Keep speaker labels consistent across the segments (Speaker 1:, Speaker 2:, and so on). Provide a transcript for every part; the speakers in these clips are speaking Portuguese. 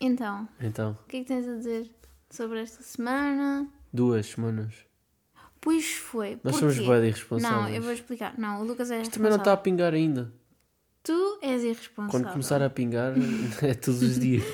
Speaker 1: Então,
Speaker 2: Então,
Speaker 1: o que é que tens a dizer sobre esta semana?
Speaker 2: duas semanas.
Speaker 1: Pois foi.
Speaker 2: Nós
Speaker 1: porquê?
Speaker 2: somos bué de
Speaker 1: Não,
Speaker 2: irresponsáveis.
Speaker 1: eu vou explicar. Não, o Lucas é
Speaker 2: Isto também
Speaker 1: irresponsável.
Speaker 2: não está a pingar ainda.
Speaker 1: Tu és irresponsável.
Speaker 2: Quando começar a pingar, é todos os dias.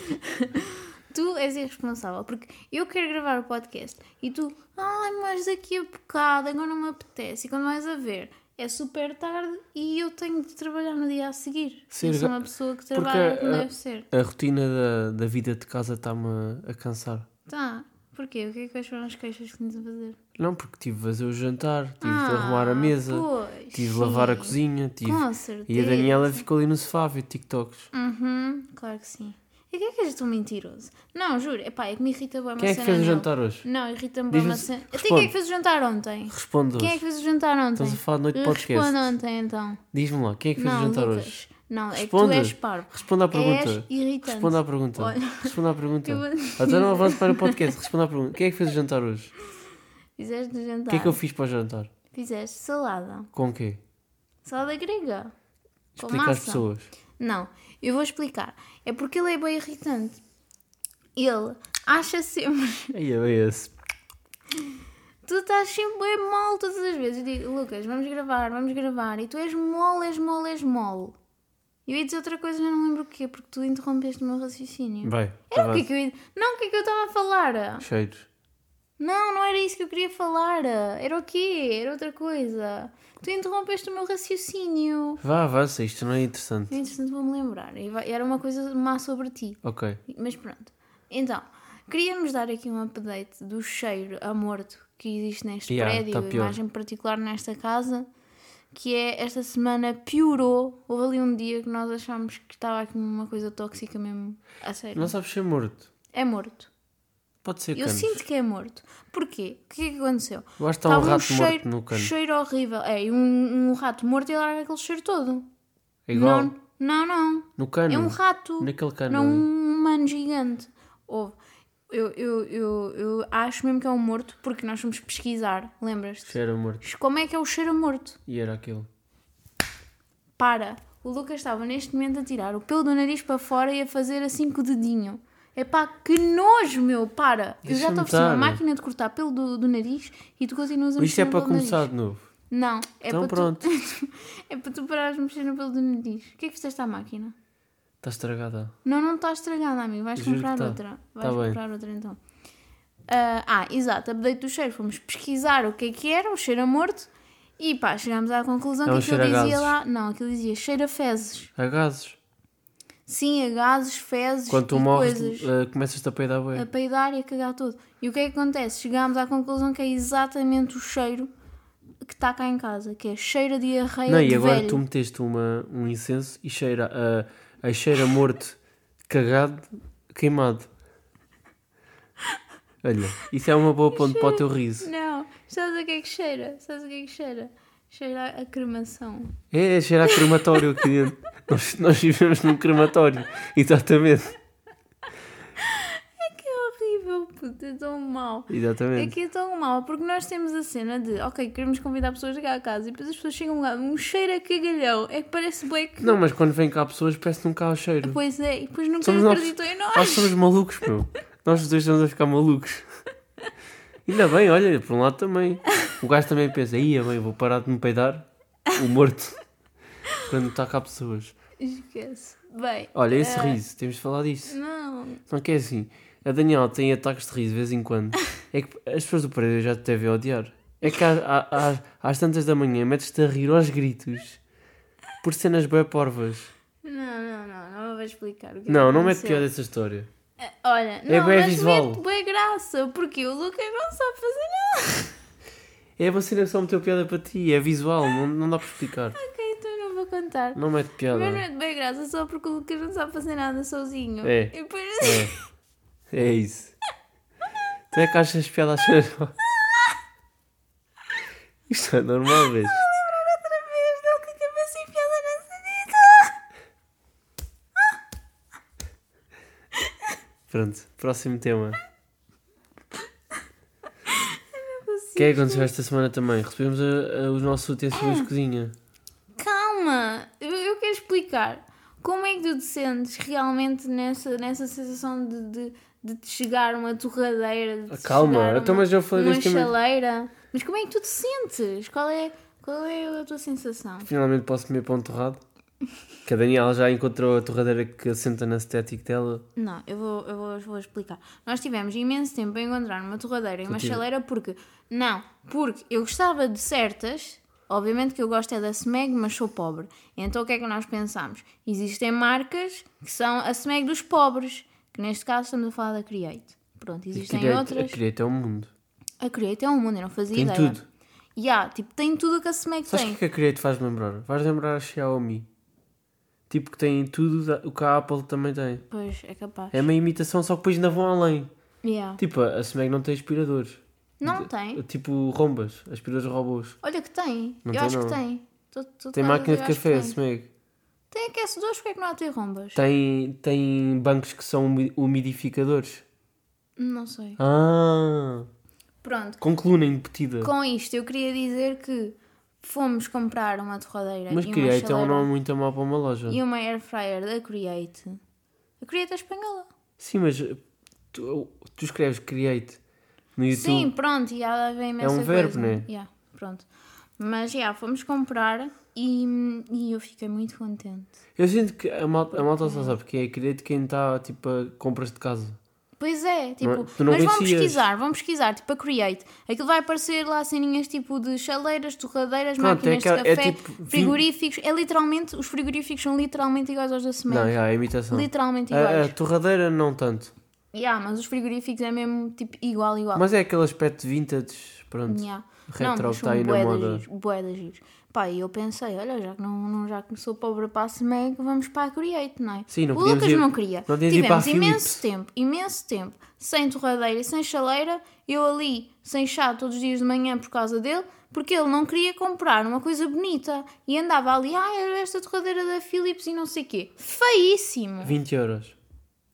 Speaker 1: Tu és irresponsável, porque eu quero gravar o podcast e tu, ai, mas daqui a bocado, agora não me apetece. E quando vais a ver, é super tarde e eu tenho de trabalhar no dia a seguir.
Speaker 2: Sim,
Speaker 1: eu sou
Speaker 2: exa-
Speaker 1: uma pessoa que
Speaker 2: porque,
Speaker 1: trabalha como
Speaker 2: ah,
Speaker 1: deve ser.
Speaker 2: A rotina da, da vida de casa está-me a cansar.
Speaker 1: Tá, porquê? O que é que quais foram as queixas que tens a fazer?
Speaker 2: Não, porque tive de fazer o jantar, tive de
Speaker 1: Ah,
Speaker 2: arrumar a mesa,
Speaker 1: pois,
Speaker 2: tive de lavar a
Speaker 1: sim.
Speaker 2: cozinha, tive...
Speaker 1: Com certeza.
Speaker 2: E a Daniela ficou ali no sofá a ver TikToks.
Speaker 1: Uhum, claro que sim. E que é que és tão mentiroso? Não, juro, epá, é que me irrita bem uma
Speaker 2: Quem é que
Speaker 1: cena
Speaker 2: fez o
Speaker 1: nele.
Speaker 2: jantar hoje?
Speaker 1: Não, irrita-me bem uma
Speaker 2: Diz-me-
Speaker 1: cena. Até
Speaker 2: responde.
Speaker 1: quem é que fez o jantar ontem?
Speaker 2: Responde
Speaker 1: Quem é
Speaker 2: hoje.
Speaker 1: que fez o jantar ontem?
Speaker 2: Estamos a falar de noite de podcast.
Speaker 1: Responde ontem então.
Speaker 2: Diz-me lá, quem é que fez
Speaker 1: não,
Speaker 2: o jantar
Speaker 1: Lucas. é
Speaker 2: hoje?
Speaker 1: Não, é que tu
Speaker 2: Responde.
Speaker 1: és parvo.
Speaker 2: Responda à pergunta.
Speaker 1: És irritante.
Speaker 2: Responda à pergunta.
Speaker 1: Olha.
Speaker 2: Responda à pergunta.
Speaker 1: Eu vou-
Speaker 2: Até não avanço para o podcast. Responda à pergunta. Quem é que fez o jantar hoje?
Speaker 1: Fizeste o
Speaker 2: O
Speaker 1: jantar.
Speaker 2: que é que eu fiz para o jantar?
Speaker 1: Fizeste salada.
Speaker 2: Com o quê?
Speaker 1: Salada grega. Com
Speaker 2: Explica às
Speaker 1: massa.
Speaker 2: pessoas.
Speaker 1: Não, eu vou explicar. É porque ele é bem irritante. Ele acha sempre.
Speaker 2: Aí é esse.
Speaker 1: Tu estás sempre bem mal todas as vezes. Eu digo, Lucas, vamos gravar, vamos gravar. E tu és mole, és mole, és mole. Eu ia dizer outra coisa, mas não lembro o quê, porque tu interrompeste o meu raciocínio.
Speaker 2: Vai.
Speaker 1: Era o que é
Speaker 2: avance.
Speaker 1: que eu ia... Não, o que é que eu estava a falar?
Speaker 2: Cheiros.
Speaker 1: Não, não era isso que eu queria falar. Era o quê? Era outra coisa. Tu interrompeste o meu raciocínio.
Speaker 2: Vá, avança. Isto não é interessante.
Speaker 1: É interessante, vou-me lembrar. E vai- Era uma coisa má sobre ti.
Speaker 2: Ok.
Speaker 1: Mas pronto. Então, queríamos dar aqui um update do cheiro a morto que existe neste
Speaker 2: Yeah,
Speaker 1: prédio,
Speaker 2: tá
Speaker 1: a
Speaker 2: pior.
Speaker 1: imagem particular nesta casa, que é esta semana piorou. Houve ali um dia que nós achámos que estava aqui uma coisa tóxica mesmo. A sério.
Speaker 2: Não sabes ser morto.
Speaker 1: É morto.
Speaker 2: Pode ser
Speaker 1: Eu
Speaker 2: canos.
Speaker 1: sinto que é morto. Porquê? O que é que aconteceu?
Speaker 2: Eu acho que está um
Speaker 1: Estava
Speaker 2: rato morto no cano.
Speaker 1: cheiro horrível. É, e um, um rato morto e larga aquele cheiro todo.
Speaker 2: É igual.
Speaker 1: Não, não, não.
Speaker 2: No cano.
Speaker 1: É um rato.
Speaker 2: Naquele cano.
Speaker 1: Não
Speaker 2: ali.
Speaker 1: um humano gigante. Ou, eu, eu, eu, eu acho mesmo que é um morto, porque nós fomos pesquisar, lembras-te?
Speaker 2: Cheiro a morto.
Speaker 1: Como é que é o cheiro a morto?
Speaker 2: E era aquilo.
Speaker 1: Para, o Lucas estava neste momento a tirar o pelo do nariz para fora e a fazer assim com o dedinho. Epá, que nojo, meu, para! Eu já
Speaker 2: Deixa-me
Speaker 1: estou a oferecer uma
Speaker 2: estar.
Speaker 1: máquina de cortar pelo do, do nariz e tu continuas a mexer
Speaker 2: Isto é
Speaker 1: no
Speaker 2: para
Speaker 1: pelo do um nariz.
Speaker 2: começar de novo.
Speaker 1: Não, é
Speaker 2: Então
Speaker 1: para
Speaker 2: pronto.
Speaker 1: Tu... é para tu parares de mexer no pelo do nariz. O que é que fizeste à máquina?
Speaker 2: Está estragada.
Speaker 1: Não, não está estragada, amigo. Vais
Speaker 2: Juro que
Speaker 1: comprar
Speaker 2: tá.
Speaker 1: outra. Vais
Speaker 2: Tá bem.
Speaker 1: comprar outra então. Ah, ah, exato, update do cheiro. Fomos pesquisar o que é que era, o cheiro a morto, e pá, chegámos à conclusão
Speaker 2: É um
Speaker 1: que aquilo
Speaker 2: cheiro a
Speaker 1: dizia
Speaker 2: gases.
Speaker 1: lá. Não, aquilo dizia cheiro a fezes.
Speaker 2: Há gases.
Speaker 1: Sim, a gases, fezes,
Speaker 2: Quando tu
Speaker 1: e
Speaker 2: morres,
Speaker 1: tipo coisas.
Speaker 2: eh, começas-te a peidar bem.
Speaker 1: A peidar e a cagar tudo. E o que é que acontece? Chegámos à conclusão que é exatamente o cheiro que está cá em casa, que é cheiro a diarreia
Speaker 2: Não,
Speaker 1: de
Speaker 2: e agora
Speaker 1: velho.
Speaker 2: tu meteste uma, um incenso e cheira a, a cheira morto, cagado, queimado. Olha, isso é uma boa ponte para o teu riso.
Speaker 1: Não, sabes o que é que cheira? Sabes o que é que cheira? Cheira a cremação.
Speaker 2: É, é cheira a crematório aqui dentro. Nós, nós vivemos num crematório, exatamente.
Speaker 1: Que horrível, puta, é tão mau. É
Speaker 2: Exatamente.
Speaker 1: que é tão mau, porque nós temos a cena de, ok, queremos convidar pessoas cá a casa e depois as pessoas chegam lá, um cheiro a cagalhão, é que parece bem que.
Speaker 2: Não, mas quando vem cá pessoas parece nunca há cheiro.
Speaker 1: Pois é, e depois nunca
Speaker 2: Somos nós.
Speaker 1: acreditam em nós.
Speaker 2: Nós somos malucos, meu. Nós os dois estamos a ficar malucos. Ainda bem, olha, por um lado também. O gajo também pensa, ia bem, vou parar de me peidar, o morto, quando está cá pessoas.
Speaker 1: Esquece. Bem, eh,
Speaker 2: Olha, esse riso, temos de falar disso.
Speaker 1: não.
Speaker 2: Não que é assim, a Daniela tem ataques de riso de vez em quando. É que as pessoas do prédio já te devem odiar. É que às, à- às- às tantas da manhã metes-te a rir aos gritos por cenas bem porvas.
Speaker 1: Não, não, não, não vou explicar. O que
Speaker 2: Não, não mete
Speaker 1: aconteceu.
Speaker 2: piada essa história.
Speaker 1: Ah, Olha, não,
Speaker 2: É bué
Speaker 1: mas
Speaker 2: visual.
Speaker 1: mete boa graça, porque o Lucas não sabe fazer nada.
Speaker 2: É uma cena que só meteu piada para ti, é visual, não, não dá para explicar.
Speaker 1: ok, então eu não vou contar.
Speaker 2: Não mete
Speaker 1: Mas não
Speaker 2: piada.
Speaker 1: é de bem graça, só porque o Lucas não sabe fazer nada sozinho.
Speaker 2: É.
Speaker 1: E depois...
Speaker 2: É. É isso. Tu é que achas piada às cenas novas? Isto é normal, vês?
Speaker 1: lembrar outra vez do que que eu pensei em piada nessa dita.
Speaker 2: Pronto, próximo tema. O que é que aconteceu esta semana também? Recebemos a- a- os nossos utensílios de cozinha.
Speaker 1: Calma, eu, eu quero explicar. Como é que tu te sentes realmente nessa, nessa sensação de, de, de te chegar uma torradeira? De te
Speaker 2: Calma,
Speaker 1: chegar
Speaker 2: então,
Speaker 1: uma,
Speaker 2: mas eu falei
Speaker 1: uma
Speaker 2: disto também.
Speaker 1: chaleira? Mas como é que tu te sentes? Qual é, qual é a tua sensação?
Speaker 2: Finalmente posso comer pão torrado. Que a Daniela já encontrou a torradeira que assenta na estética dela.
Speaker 1: Não, eu vou, eu vou, vou explicar. Nós tivemos imenso tempo a encontrar uma torradeira e uma
Speaker 2: tive-
Speaker 1: chaleira porque. Não, porque eu gostava de certas. Obviamente que eu gosto é da SMEG, mas sou pobre. Então o que é que nós pensámos? Existem marcas que são a SMEG dos pobres, que neste caso estamos a falar da Create. Pronto, existem
Speaker 2: Criate-
Speaker 1: outras.
Speaker 2: A Create é o mundo.
Speaker 1: A Create é um mundo, eu não fazia
Speaker 2: Tem
Speaker 1: ideia.
Speaker 2: tudo.
Speaker 1: E há, tipo, tem tudo o que a SMEG
Speaker 2: Sabes o
Speaker 1: tem.
Speaker 2: que é que a Create faz lembrar? Vais lembrar a Xiaomi. Tipo que tem tudo da- o que a Apple também tem.
Speaker 1: Pois, é capaz.
Speaker 2: É uma imitação, só que depois ainda vão além.
Speaker 1: Yeah.
Speaker 2: Tipo, a SMEG não tem aspiradores.
Speaker 1: Não tem.
Speaker 2: Tipo, rombas. Aspiradores robôs.
Speaker 1: Olha que tem.
Speaker 2: Não
Speaker 1: eu
Speaker 2: tem,
Speaker 1: acho
Speaker 2: não.
Speaker 1: que tem. Tô- tô
Speaker 2: Tem
Speaker 1: quase a
Speaker 2: máquina
Speaker 1: dizer,
Speaker 2: de
Speaker 1: Ah, acho que
Speaker 2: café, a
Speaker 1: tem.
Speaker 2: SMEG.
Speaker 1: Tem aquecedores, porque é que não há terrombas?
Speaker 2: Tem, tem bancos que são humi- umidificadores.
Speaker 1: Não sei.
Speaker 2: Ah!
Speaker 1: Pronto,
Speaker 2: Com coluna embutida.
Speaker 1: com isto eu queria dizer que fomos comprar uma torradeira
Speaker 2: Mas
Speaker 1: e uma
Speaker 2: Create é um
Speaker 1: chaleira
Speaker 2: nome muito mau para uma loja.
Speaker 1: e um uma air fryer da Create. A Create é espanhola.
Speaker 2: Sim, mas uh, tu, tu escreves Create no YouTube.
Speaker 1: Sim, pronto, e há de haver imensa
Speaker 2: um
Speaker 1: coisa.
Speaker 2: verbo, né?
Speaker 1: Yeah, pronto. Mas, já, fomos comprar e, e eu fiquei muito contente.
Speaker 2: Eu sinto que a malta, a malta só sabe que é Create quem está, tipo, a compras de casa.
Speaker 1: Pois é, tipo,
Speaker 2: Não- tu não
Speaker 1: mas vão
Speaker 2: conhecias.
Speaker 1: pesquisar, vão pesquisar, tipo a Create. Aquilo vai aparecer lá ceninhas tipo de chaleiras, torradeiras,
Speaker 2: Pronto, é
Speaker 1: máquinas
Speaker 2: aquela-
Speaker 1: de
Speaker 2: é
Speaker 1: café,
Speaker 2: tipo vinte-
Speaker 1: frigoríficos. É literalmente, os frigoríficos são literalmente iguais aos da
Speaker 2: Não,
Speaker 1: semana.
Speaker 2: é a imitação.
Speaker 1: Literalmente
Speaker 2: A, a
Speaker 1: iguais.
Speaker 2: torradeira não tanto.
Speaker 1: Yeah, mas os frigoríficos é mesmo tipo igual, igual.
Speaker 2: Mas é aquele aspecto vintage, pronto.
Speaker 1: Yeah.
Speaker 2: Retro
Speaker 1: não, mas
Speaker 2: que
Speaker 1: são
Speaker 2: tá aí na
Speaker 1: bué da
Speaker 2: moda.
Speaker 1: giros, bué da giros. Pá, e eu pensei, olha, já que não, não já começou pobre para a Semeg, vamos para a Create, não é?
Speaker 2: Sim, não
Speaker 1: o
Speaker 2: podíamos
Speaker 1: Lucas
Speaker 2: ir-
Speaker 1: não queria.
Speaker 2: não podíamos ir para a
Speaker 1: Tivemos
Speaker 2: Philips.
Speaker 1: imenso tempo, imenso tempo, sem torradeira e sem chaleira, eu ali, sem chá todos os dias de manhã por causa dele, porque ele não queria comprar uma coisa bonita e andava ali, ah, era esta torradeira da Philips e não sei o quê. Feíssimo!
Speaker 2: 20 euros.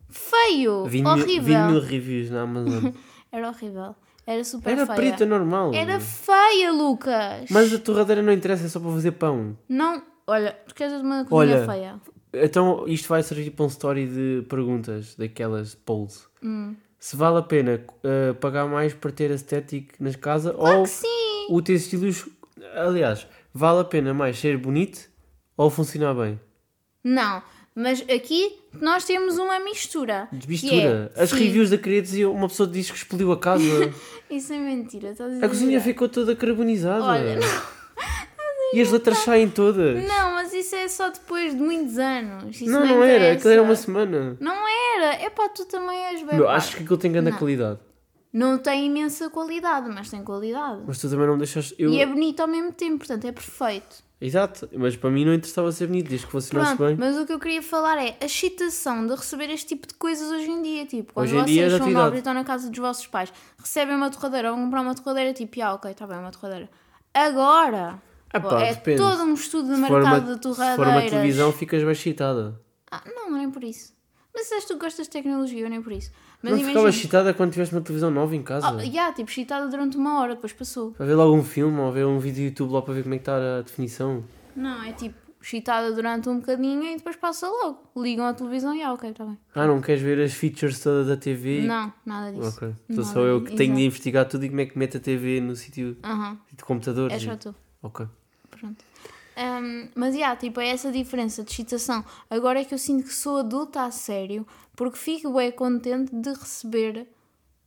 Speaker 1: Feio!
Speaker 2: 20 mil,
Speaker 1: horrível!
Speaker 2: 20 mil reviews na Amazon.
Speaker 1: Era horrível. Era super
Speaker 2: Era
Speaker 1: feia.
Speaker 2: preta normal.
Speaker 1: Era feia, Lucas!
Speaker 2: Mas a torradeira não interessa, é só para fazer pão.
Speaker 1: Não, olha, tu queres uma cozinha
Speaker 2: Olha.
Speaker 1: feia?
Speaker 2: Então isto vai servir para um story de perguntas, daquelas polls.
Speaker 1: Hum.
Speaker 2: Se vale a pena eh, pagar mais para ter aesthetic nas casas ou
Speaker 1: Sim!
Speaker 2: o ter estilos. Aliás, vale a pena mais ser bonito ou funcionar bem?
Speaker 1: Não, mas aqui nós temos uma mistura. que
Speaker 2: Mistura.
Speaker 1: é-
Speaker 2: As
Speaker 1: Sim,
Speaker 2: reviews da Create diziam, uma pessoa diz que explodiu a casa.
Speaker 1: Isso é mentira, estás a
Speaker 2: a cozinha
Speaker 1: exagerar.
Speaker 2: ficou toda carbonizada.
Speaker 1: Olha,
Speaker 2: e as letras saem todas.
Speaker 1: Não, mas isso é só depois de muitos anos. Isso
Speaker 2: Não, não era. Aquilo era uma
Speaker 1: interessa.
Speaker 2: semana.
Speaker 1: Não era! É pá, tu também és bem.
Speaker 2: Meu,
Speaker 1: pá.
Speaker 2: acho que aquilo tem grande
Speaker 1: Não.
Speaker 2: qualidade.
Speaker 1: Não tem imensa qualidade, mas tem qualidade.
Speaker 2: Mas tu também não deixaste. Eu...
Speaker 1: E é bonito ao mesmo tempo, portanto é perfeito.
Speaker 2: Exato, mas para mim não interessava ser bonito, desde que funcionasse
Speaker 1: Pronto,
Speaker 2: bem.
Speaker 1: mas o que eu queria falar é a excitação de receber este tipo de coisas hoje em dia. Tipo, quando
Speaker 2: Hoje em
Speaker 1: vocês
Speaker 2: dia é da
Speaker 1: são
Speaker 2: tua idade.
Speaker 1: nobres e estão na casa dos vossos pais, recebem uma torradeira ou vão comprar uma torradeira, tipo, ah, ok, está bem, uma torradeira. Agora
Speaker 2: Ah pá,
Speaker 1: é
Speaker 2: depende.
Speaker 1: todo um estudo de
Speaker 2: Se for,
Speaker 1: mercado
Speaker 2: uma,
Speaker 1: de
Speaker 2: se
Speaker 1: torradeiras.
Speaker 2: for uma televisão, ficas mais excitada.
Speaker 1: Ah, não, nem por isso. Mas se és tu que gostas de tecnologia, eu nem por isso. Mas
Speaker 2: não
Speaker 1: imagina.
Speaker 2: ficavas excitada quando tiveste uma televisão nova em casa?
Speaker 1: Ah, yeah, tipo, excitada durante uma hora, depois passou.
Speaker 2: Para ver logo um filme ou ver um vídeo do YouTube lá para ver como é que está a definição.
Speaker 1: Não, é tipo, excitada durante um bocadinho e depois passa logo. Ligam à televisão e ah, ok, está bem.
Speaker 2: Ah, não queres ver as features todas da TV?
Speaker 1: Não, nada disso.
Speaker 2: Ok. Então
Speaker 1: Nada,
Speaker 2: sou eu que tenho de
Speaker 1: exato.
Speaker 2: investigar tudo e como é que meto a TV no sítio
Speaker 1: Aham,
Speaker 2: de computadores.
Speaker 1: é
Speaker 2: e-
Speaker 1: só tu.
Speaker 2: Ok.
Speaker 1: Pronto. Hum, mas, yeah, tipo, é essa diferença de excitação. Agora é que eu sinto que sou adulta a sério, porque fico bem contente de receber,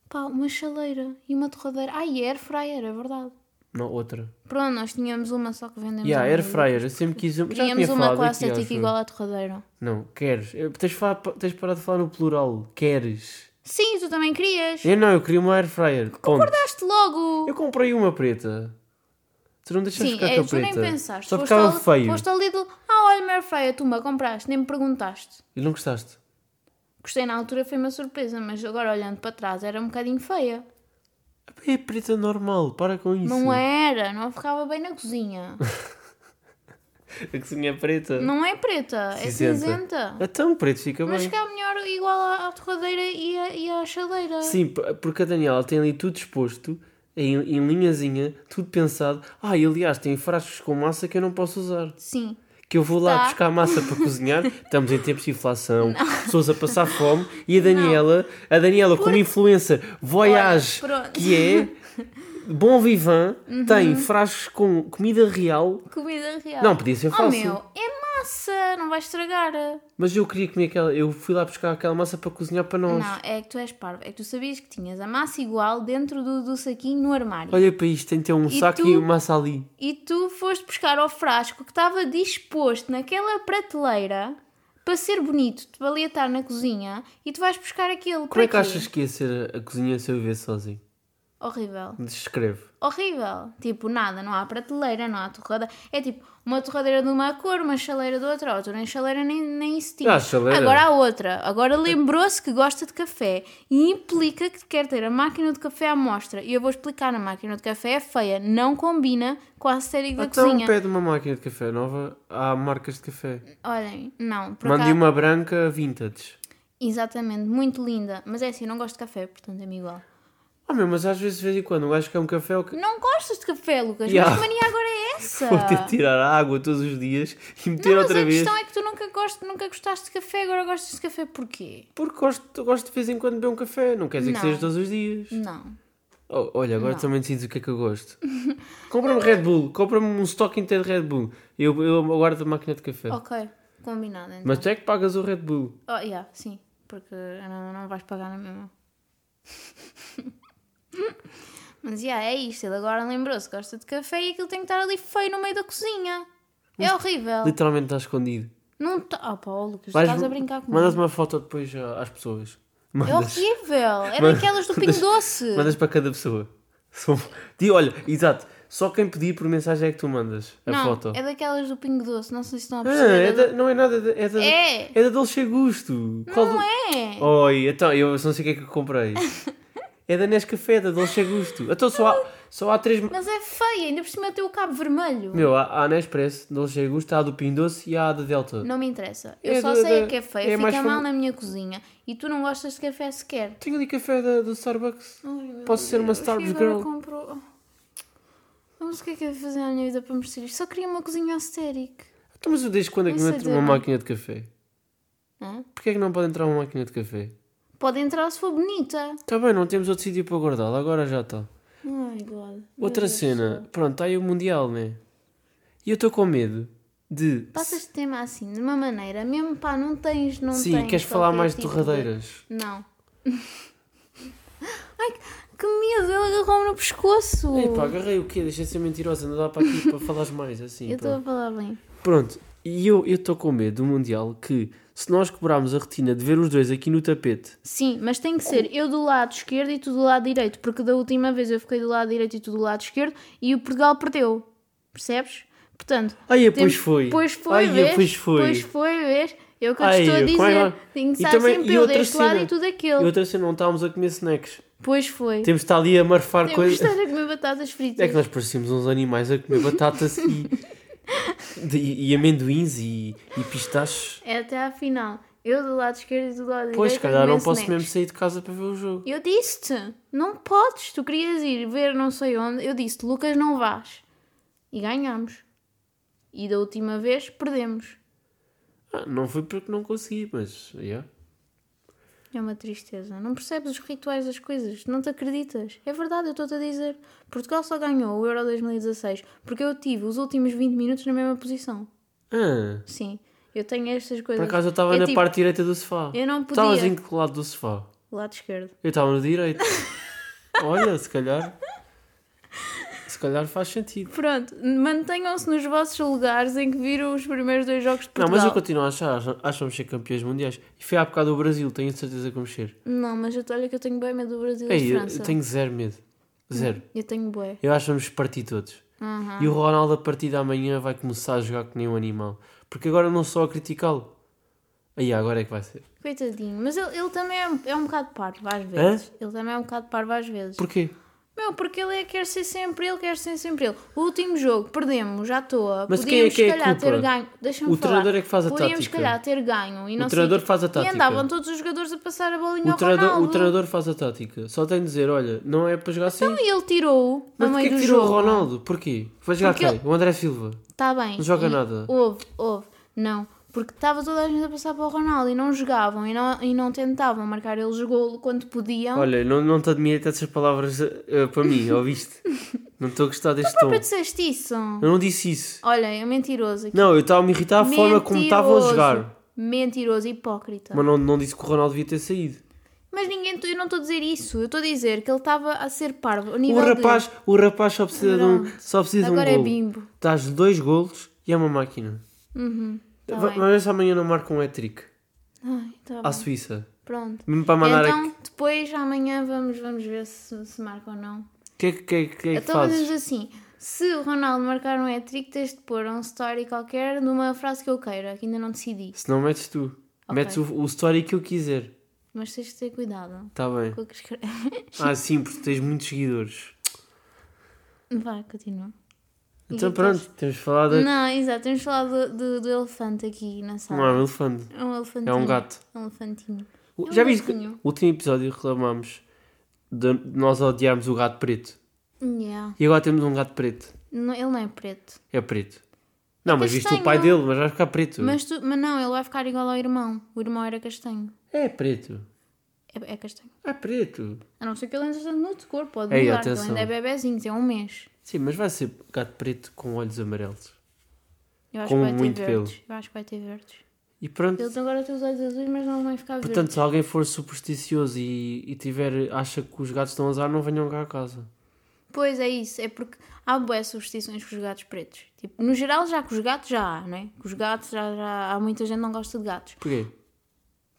Speaker 1: pá, uma chaleira e uma torradeira. Ah, e air fryer, é verdade.
Speaker 2: Não, outra.
Speaker 1: Pronto, nós tínhamos uma só que vendemos.
Speaker 2: E yeah,
Speaker 1: ao
Speaker 2: air
Speaker 1: meio.
Speaker 2: fryer, eu sempre quis uma. Já
Speaker 1: Tínhamos
Speaker 2: tinha
Speaker 1: uma
Speaker 2: falado
Speaker 1: com a
Speaker 2: aqui,
Speaker 1: estética
Speaker 2: acho eu.
Speaker 1: igual à torradeira.
Speaker 2: Não, queres. Eu- Tens, fa- tens parado de falar no plural. Queres.
Speaker 1: Sim, tu também querias.
Speaker 2: Eu não, eu queria uma air fryer. Ponto.
Speaker 1: Daste logo.
Speaker 2: Eu comprei uma preta. Tu não deixaste
Speaker 1: Sim,
Speaker 2: ficar
Speaker 1: é,
Speaker 2: com a
Speaker 1: tu nem
Speaker 2: preta.
Speaker 1: pensaste.
Speaker 2: Só
Speaker 1: Foste
Speaker 2: ficava
Speaker 1: ao-
Speaker 2: feio.
Speaker 1: Foste ao Lidl, ah, olha, uma air fryer, tu me compraste, nem me perguntaste.
Speaker 2: E não gostaste?
Speaker 1: Gostei na altura, foi uma surpresa, mas agora olhando para trás era um bocadinho feia.
Speaker 2: É preta normal, para com isso.
Speaker 1: Não é, era, não ficava bem na cozinha.
Speaker 2: A cozinha é preta.
Speaker 1: Não é preta, é
Speaker 2: Cinzenta.
Speaker 1: cinzenta.
Speaker 2: Então, preto fica
Speaker 1: Mas
Speaker 2: bem.
Speaker 1: fica melhor igual à, à torradeira e, à- e à chaleira.
Speaker 2: Sim, p- porque a Daniela tem ali tudo exposto, em, em linhazinha, tudo pensado. Ah, e aliás, tem frascos com massa que eu não posso usar.
Speaker 1: Sim.
Speaker 2: que eu vou lá
Speaker 1: Tá.
Speaker 2: buscar massa para cozinhar, estamos em tempos de inflação, pessoas a passar fome e a Daniela, a Daniela como influencer Voyage,
Speaker 1: Olha, pronto. Uhum.
Speaker 2: que é Bom Vivan, tem frascos com comida real,
Speaker 1: Comida real.
Speaker 2: Não, podia ser
Speaker 1: Oh
Speaker 2: fácil.
Speaker 1: meu, é massa, não vai estragar.
Speaker 2: mas eu queria comer aquela, eu fui lá buscar aquela massa para cozinhar para nós.
Speaker 1: Não, é que tu és parvo. É que tu sabias que tinhas a massa igual dentro do, do saquinho no armário.
Speaker 2: Olha para isto, tem que ter um
Speaker 1: E
Speaker 2: saco
Speaker 1: tu?
Speaker 2: e uma massa ali.
Speaker 1: E tu foste buscar ao frasco que estava disposto naquela prateleira para ser bonito. Tu valia estar na cozinha e tu vais buscar aquele.
Speaker 2: Como
Speaker 1: para
Speaker 2: é que
Speaker 1: quê?
Speaker 2: achas que ia ser a, a cozinha se eu viver sozinho?
Speaker 1: Horrível.
Speaker 2: Descreve.
Speaker 1: Horrível. Tipo, nada, não há prateleira, não há torrada. É tipo, uma torradeira de uma cor, uma chaleira de outra. Oh, tu nem chaleira nem, nem isso tinha.
Speaker 2: Ah, chaleira.
Speaker 1: Agora há outra. Agora lembrou-se que gosta de café e implica que quer ter a máquina de café à mostra. E eu vou explicar, a máquina de café é feia, não combina com a aesthetic da
Speaker 2: Então
Speaker 1: cozinha.
Speaker 2: pede uma máquina de café nova, há marcas de café.
Speaker 1: Olhem, não, por
Speaker 2: Mande
Speaker 1: acaso.
Speaker 2: uma branca vintage.
Speaker 1: Exatamente, muito linda. Mas é assim, eu não gosto de café, portanto é-me igual.
Speaker 2: Ah, meu, mas às vezes de vez em quando um gajo quer um café ou que...
Speaker 1: Não gostas de café, Lucas,
Speaker 2: Yeah.
Speaker 1: mas que mania agora é essa?
Speaker 2: Vou ter de tirar a água todos os dias e meter
Speaker 1: Não, mas
Speaker 2: outra
Speaker 1: a
Speaker 2: vez.
Speaker 1: questão é que tu nunca, gost, nunca gostaste de café, agora gostas de café porquê?
Speaker 2: Porque gosto, gosto de vez em quando de beber um café, não quer dizer que
Speaker 1: Não.
Speaker 2: seja todos os dias.
Speaker 1: Não.
Speaker 2: Oh, olha, agora também decides o que é que eu gosto. compra-me Red Bull, compra-me um estoque inteiro de Red Bull. Eu, eu guardo a máquina de café.
Speaker 1: Ok, combinado então.
Speaker 2: Mas tu é que pagas o Red Bull.
Speaker 1: Oh, yeah, sim, porque não, não vais pagar na mesma. mas yeah, é isto, ele agora lembrou-se, que gosta de café e aquilo tem que estar ali feio no meio da cozinha. É horrível.
Speaker 2: Literalmente está escondido.
Speaker 1: Não tá. Oh, pá, oh, Lucas,
Speaker 2: Vais-
Speaker 1: estás a brincar comigo.
Speaker 2: Mandas uma foto depois ah, às pessoas.
Speaker 1: É
Speaker 2: Mandas,
Speaker 1: horrível! Era aquelas do Pingo Doce!
Speaker 2: mandas para cada pessoa. Só- Di, olha, exato. Só quem pedir por mensagem é que tu mandas a
Speaker 1: não,
Speaker 2: foto.
Speaker 1: é daquelas do Pingo Doce, não sei se estão a
Speaker 2: Ah, é
Speaker 1: perceber.
Speaker 2: da- não é nada. da- É da,
Speaker 1: É.
Speaker 2: é da Dolce Gusto. Qual do-
Speaker 1: Não é!
Speaker 2: Oi, então, eu só não sei o que é que eu comprei. é da Nescafé, da Dolce Gusto. Então só há, só há três.
Speaker 1: Mas é feia, ainda por cima tem o cabo vermelho.
Speaker 2: Meu, há, há a Nespresso, Dolce Gusto, há a do Pindoce e há a da Delta.
Speaker 1: Não me interessa. Eu
Speaker 2: É
Speaker 1: só
Speaker 2: da-
Speaker 1: sei
Speaker 2: da-
Speaker 1: é que é
Speaker 2: é
Speaker 1: feia, fica
Speaker 2: mais
Speaker 1: mal
Speaker 2: famo-
Speaker 1: na minha cozinha e tu não gostas de café sequer.
Speaker 2: Tenho ali café da, do Starbucks.
Speaker 1: meu
Speaker 2: Posso ser uma
Speaker 1: Deus, e
Speaker 2: Starbucks
Speaker 1: agora
Speaker 2: girl?
Speaker 1: compro- Não sei o que é que eu ia fazer na minha vida para merecer isto. Só queria uma cozinha aesthetic.
Speaker 2: Então, mas desde quando é que
Speaker 1: Isso
Speaker 2: não
Speaker 1: é
Speaker 2: entra uma
Speaker 1: duro.
Speaker 2: máquina de café?
Speaker 1: Hã?
Speaker 2: Porquê é que não pode entrar uma máquina de café?
Speaker 1: Pode entrar se for bonita.
Speaker 2: Está bem, não temos outro sítio para guardá-la, agora já está.
Speaker 1: Ai, God. Meu
Speaker 2: Outra
Speaker 1: Deus.
Speaker 2: cena, pronto, está aí o Mundial, né? E eu estou com medo de.
Speaker 1: Passas de tema assim, de uma maneira, mesmo pá, não tens, não
Speaker 2: Sim,
Speaker 1: tens.
Speaker 2: queres falar
Speaker 1: qualquer
Speaker 2: mais de
Speaker 1: tipo
Speaker 2: torradeiras?
Speaker 1: Não. Ai, que- que medo, ele agarrou-me no pescoço.
Speaker 2: Ei, pá, agarrei o quê? Deixa de ser mentirosa, não dá para aqui para falares mais assim.
Speaker 1: eu
Speaker 2: pá.
Speaker 1: estou a falar bem.
Speaker 2: Pronto, e eu estou com medo do Mundial que se nós cobrarmos a retina de ver os dois aqui no tapete,
Speaker 1: Sim, mas tem que ser eu do lado esquerdo e tu do lado direito, porque da última vez eu fiquei do lado direito e tu do lado esquerdo e o Portugal perdeu. Percebes? Portanto.
Speaker 2: Ai, é,
Speaker 1: temos-
Speaker 2: pois foi.
Speaker 1: Pois foi,
Speaker 2: Ai, é,
Speaker 1: vês?
Speaker 2: pois foi.
Speaker 1: Pois foi, vês? É o que eu te
Speaker 2: Ai,
Speaker 1: estou a
Speaker 2: como é
Speaker 1: dizer.
Speaker 2: que-
Speaker 1: Tem que
Speaker 2: E
Speaker 1: estar
Speaker 2: também-
Speaker 1: sempre
Speaker 2: e
Speaker 1: eu
Speaker 2: outra
Speaker 1: deste lado
Speaker 2: cena?
Speaker 1: e tu
Speaker 2: e
Speaker 1: daquele.
Speaker 2: outra cena, não estávamos a comer snacks.
Speaker 1: Pois foi.
Speaker 2: Temos de estar ali a marfar
Speaker 1: Temos
Speaker 2: coisas.
Speaker 1: de estar a comer batatas fritas.
Speaker 2: É que nós parecíamos uns animais a comer batatas e, de- e amendoins e, e pistachos.
Speaker 1: É até à final. Eu do lado esquerdo e do lado direito.
Speaker 2: Pois, se calhar
Speaker 1: eu
Speaker 2: não
Speaker 1: começo
Speaker 2: posso
Speaker 1: next.
Speaker 2: mesmo sair de casa para ver o jogo.
Speaker 1: Eu disse-te, não podes. Tu querias ir ver não sei onde. Eu disse-te, Lucas, não vás. E ganhamos. E da última vez perdemos.
Speaker 2: Ah, não foi porque não consegui, mas. yeah.
Speaker 1: É uma tristeza. Não percebes os rituais das coisas. Não te acreditas. É verdade, eu estou-te a dizer. Portugal só ganhou o Euro 2016 porque eu tive os últimos 20 minutos na mesma posição.
Speaker 2: Ah,
Speaker 1: Sim, eu tenho estas coisas.
Speaker 2: por acaso eu estava
Speaker 1: É
Speaker 2: na
Speaker 1: tipo,
Speaker 2: parte direita do sofá.
Speaker 1: Eu não podia.
Speaker 2: Estavas em que lado do sofá?
Speaker 1: Lado esquerdo.
Speaker 2: Eu estava no direito. Olha, se calhar. Se calhar faz sentido.
Speaker 1: Pronto, mantenham-se nos vossos lugares em que viram os primeiros dois jogos de
Speaker 2: Não,
Speaker 1: Portugal.
Speaker 2: mas eu continuo a achar, achamos ser campeões mundiais. E foi há bocado o Brasil, tenho certeza que vamos ser.
Speaker 1: Não, mas eu te- olha que eu tenho bem medo do Brasil e
Speaker 2: Ei,
Speaker 1: de
Speaker 2: eu,
Speaker 1: França.
Speaker 2: eu tenho zero medo. Zero.
Speaker 1: Eu tenho bué.
Speaker 2: Eu acho que vamos partir todos.
Speaker 1: Uhum.
Speaker 2: E o Ronaldo, a partir de amanhã, vai começar a jogar que nem um animal. Porque agora não só a criticá-lo. Aí agora é que vai ser.
Speaker 1: Coitadinho. Mas ele, ele também é, um- é um bocado parvo às vezes. Ele também é um bocado parvo às vezes.
Speaker 2: Porquê?
Speaker 1: Meu, Meu, porque ele é, quer ser sempre ele, quer ser sempre ele. O último jogo, perdemos, já estou. a-
Speaker 2: Mas
Speaker 1: Podíamos,
Speaker 2: quem é que é
Speaker 1: se
Speaker 2: a
Speaker 1: calhar,
Speaker 2: culpa?
Speaker 1: ter ganho. Deixa-me
Speaker 2: O
Speaker 1: falar.
Speaker 2: treinador é que faz a
Speaker 1: Podíamos, se
Speaker 2: tática.
Speaker 1: calhar, ter ganho. E não sei
Speaker 2: treinador
Speaker 1: quê.
Speaker 2: faz a
Speaker 1: E
Speaker 2: tática.
Speaker 1: andavam todos os jogadores a passar a bolinha
Speaker 2: O
Speaker 1: ao
Speaker 2: treinador,
Speaker 1: Ronaldo.
Speaker 2: o treinador faz a tática. Só tem de dizer, olha, não é para jogar assim.
Speaker 1: Então, e ele tirou-o
Speaker 2: Mas
Speaker 1: no meio
Speaker 2: porquê que
Speaker 1: do
Speaker 2: tirou o
Speaker 1: jogo.
Speaker 2: Ronaldo? Porquê? Vai jogar
Speaker 1: Porque
Speaker 2: quem? O André Silva.
Speaker 1: Está bem.
Speaker 2: Não joga
Speaker 1: E
Speaker 2: nada.
Speaker 1: Houve, houve. Não. Porque estava toda a gente a passar para o Ronaldo e não jogavam e não, e não tentavam marcar eles o golo quando podiam.
Speaker 2: Olha, não, não te admiro essas palavras eh, para mim, ouviste? não estou a gostar deste tom.
Speaker 1: Para disseste isso.
Speaker 2: Eu não disse isso.
Speaker 1: Olha, é mentiroso aqui.
Speaker 2: Não, eu estava a me irritar a forma como estavam a jogar.
Speaker 1: Mentiroso, hipócrita.
Speaker 2: Mas não, não disse que o Ronaldo devia ter saído.
Speaker 1: Mas ninguém, eu não estou a dizer isso. Eu estou a dizer que ele estava a ser parvo. ao
Speaker 2: O
Speaker 1: nível
Speaker 2: rapaz, o rapaz só precisa de um,
Speaker 1: Pronto.
Speaker 2: só
Speaker 1: de...
Speaker 2: precisa de um
Speaker 1: Agora é
Speaker 2: golo.
Speaker 1: bimbo.
Speaker 2: Dás dois golos e é uma máquina.
Speaker 1: Uhum. Tá
Speaker 2: Va- Ah,
Speaker 1: bem.
Speaker 2: Vamos ver se amanhã não marca um hat-trick.
Speaker 1: Ai, tá
Speaker 2: À
Speaker 1: bem.
Speaker 2: Suíça.
Speaker 1: Pronto.
Speaker 2: Mesmo para mandar
Speaker 1: então,
Speaker 2: a...
Speaker 1: depois, amanhã, vamos, vamos ver se, se marca ou não.
Speaker 2: Que, que, que, que é que
Speaker 1: Então,
Speaker 2: fazes?
Speaker 1: mas assim, se o Ronaldo marcar um hat-trick, tens de pôr um story qualquer numa frase que eu queira, que ainda não decidi.
Speaker 2: Se não metes tu. Metes o, o story que eu quiser.
Speaker 1: Mas tens de ter cuidado
Speaker 2: Está bem.
Speaker 1: com o que escreves.
Speaker 2: Ah, sim, porque tens muitos seguidores.
Speaker 1: Vá, continua.
Speaker 2: Então
Speaker 1: Irritas.
Speaker 2: pronto, temos falado. Não,
Speaker 1: Não, exato, temos falado do, do, do elefante aqui na
Speaker 2: não é
Speaker 1: sala.
Speaker 2: um elefante.
Speaker 1: É um elefantinho.
Speaker 2: É um gato.
Speaker 1: É um elefantinho.
Speaker 2: O-
Speaker 1: É um
Speaker 2: Já viste que
Speaker 1: gatinho.
Speaker 2: no último episódio reclamámos de nós odiarmos o gato preto.
Speaker 1: Yeah.
Speaker 2: E agora temos um gato preto.
Speaker 1: Não, ele não é preto.
Speaker 2: É preto. Não, mas viste o
Speaker 1: castanho.
Speaker 2: pai dele, mas vai ficar preto.
Speaker 1: Mas, tu, mas não, ele vai ficar igual ao irmão. O irmão era castanho.
Speaker 2: É preto.
Speaker 1: É, é castanho.
Speaker 2: É preto.
Speaker 1: A não ser que ele entretanto noutro corpo, pode
Speaker 2: Ei,
Speaker 1: mudar, que ele
Speaker 2: atenção.
Speaker 1: ainda é bebezinho, tem um mês.
Speaker 2: Sim, mas vai ser gato preto com olhos amarelos.
Speaker 1: Eu acho
Speaker 2: Com
Speaker 1: que vai
Speaker 2: muito
Speaker 1: ter
Speaker 2: pelo.
Speaker 1: verdes. Eu acho que vai ter verdes.
Speaker 2: E pronto.
Speaker 1: Eles agora têm os olhos azuis, mas não vão ficar verdes.
Speaker 2: Portanto, se alguém for supersticioso e, e tiver, acha que os gatos estão a azar, não venham cá a casa.
Speaker 1: Pois é isso, é porque há boas superstições com os gatos pretos. Tipo, no geral, já com os gatos já há, não é? Com os gatos já, já há muita gente que não gosta de gatos.
Speaker 2: Porquê?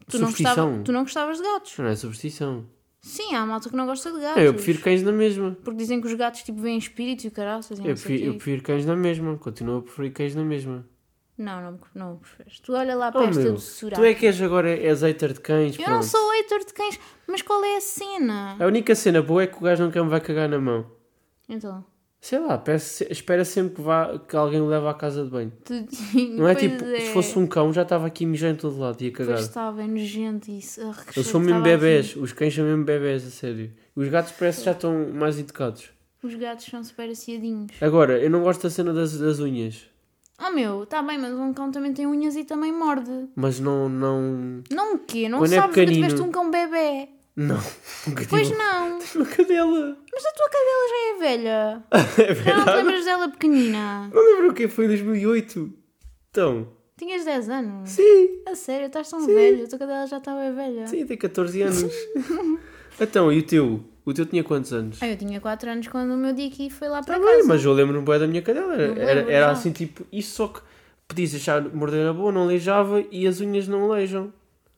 Speaker 1: Tu não,
Speaker 2: superstição.
Speaker 1: gostava, tu não gostavas de gatos.
Speaker 2: Não é superstição.
Speaker 1: Sim, há malta que não gosta de gatos.
Speaker 2: É, Eu prefiro cães na mesma.
Speaker 1: Porque dizem que os gatos tipo veem espíritos e o caraças. e
Speaker 2: Eu
Speaker 1: não, sei o
Speaker 2: prefiro, eu
Speaker 1: quê.
Speaker 2: prefiro cães na mesma. Continuo a preferir cães na mesma.
Speaker 1: não, não, não preferes. Tu olha lá
Speaker 2: Oh,
Speaker 1: para esta
Speaker 2: meu,
Speaker 1: do Surá.
Speaker 2: tu é que és agora és hater de cães.
Speaker 1: Eu
Speaker 2: pronto.
Speaker 1: não sou hater de cães, mas qual é a cena?
Speaker 2: A única cena boa é que o gajo nunca me vai cagar na mão.
Speaker 1: Então,
Speaker 2: Sei lá, peço- espera sempre que, vá, que alguém o leve à casa de banho.
Speaker 1: tu...
Speaker 2: Não é tipo, se fosse um cão já estava aqui mijando em todo lado e a cagar.
Speaker 1: Pois estava é, nojento isso. Ah, que
Speaker 2: Eles
Speaker 1: cheiro
Speaker 2: são mesmo
Speaker 1: que estava
Speaker 2: bebés, os cães são mesmo bebés, a sério. Os gatos parece que já estão mais educados.
Speaker 1: Os gatos são super assiadinhos.
Speaker 2: Agora, eu não gosto da cena das, das unhas,
Speaker 1: Ah, meu, está bem, mas um cão também tem unhas e também morde.
Speaker 2: mas não. Não.
Speaker 1: Não o quê? Não
Speaker 2: Quando é
Speaker 1: sabes que
Speaker 2: pequenino. Tipo,
Speaker 1: tiveste um cão bebê.
Speaker 2: Não. Nunca
Speaker 1: Pois
Speaker 2: tive um
Speaker 1: não.
Speaker 2: uma cadela.
Speaker 1: Mas a tua cadela já é velha. Já não te lembras dela é pequenina.
Speaker 2: Não lembro o que foi em 2008. Então,
Speaker 1: Tinhas 10 anos.
Speaker 2: sim,
Speaker 1: A sério, estás tão velho. A tua cadela já estava velha.
Speaker 2: sim, tem 14 anos. então, e o teu? O teu tinha quantos anos?
Speaker 1: Ah, eu tinha 4 anos quando o meu Dicky foi lá para
Speaker 2: Tá bem,
Speaker 1: casa.
Speaker 2: mas eu lembro-me bem da minha cadela. Era,
Speaker 1: me
Speaker 2: era,
Speaker 1: lembro
Speaker 2: era
Speaker 1: já.
Speaker 2: assim, tipo, isso só que podias deixar morder a boa, não aleijava e as unhas não aleijam.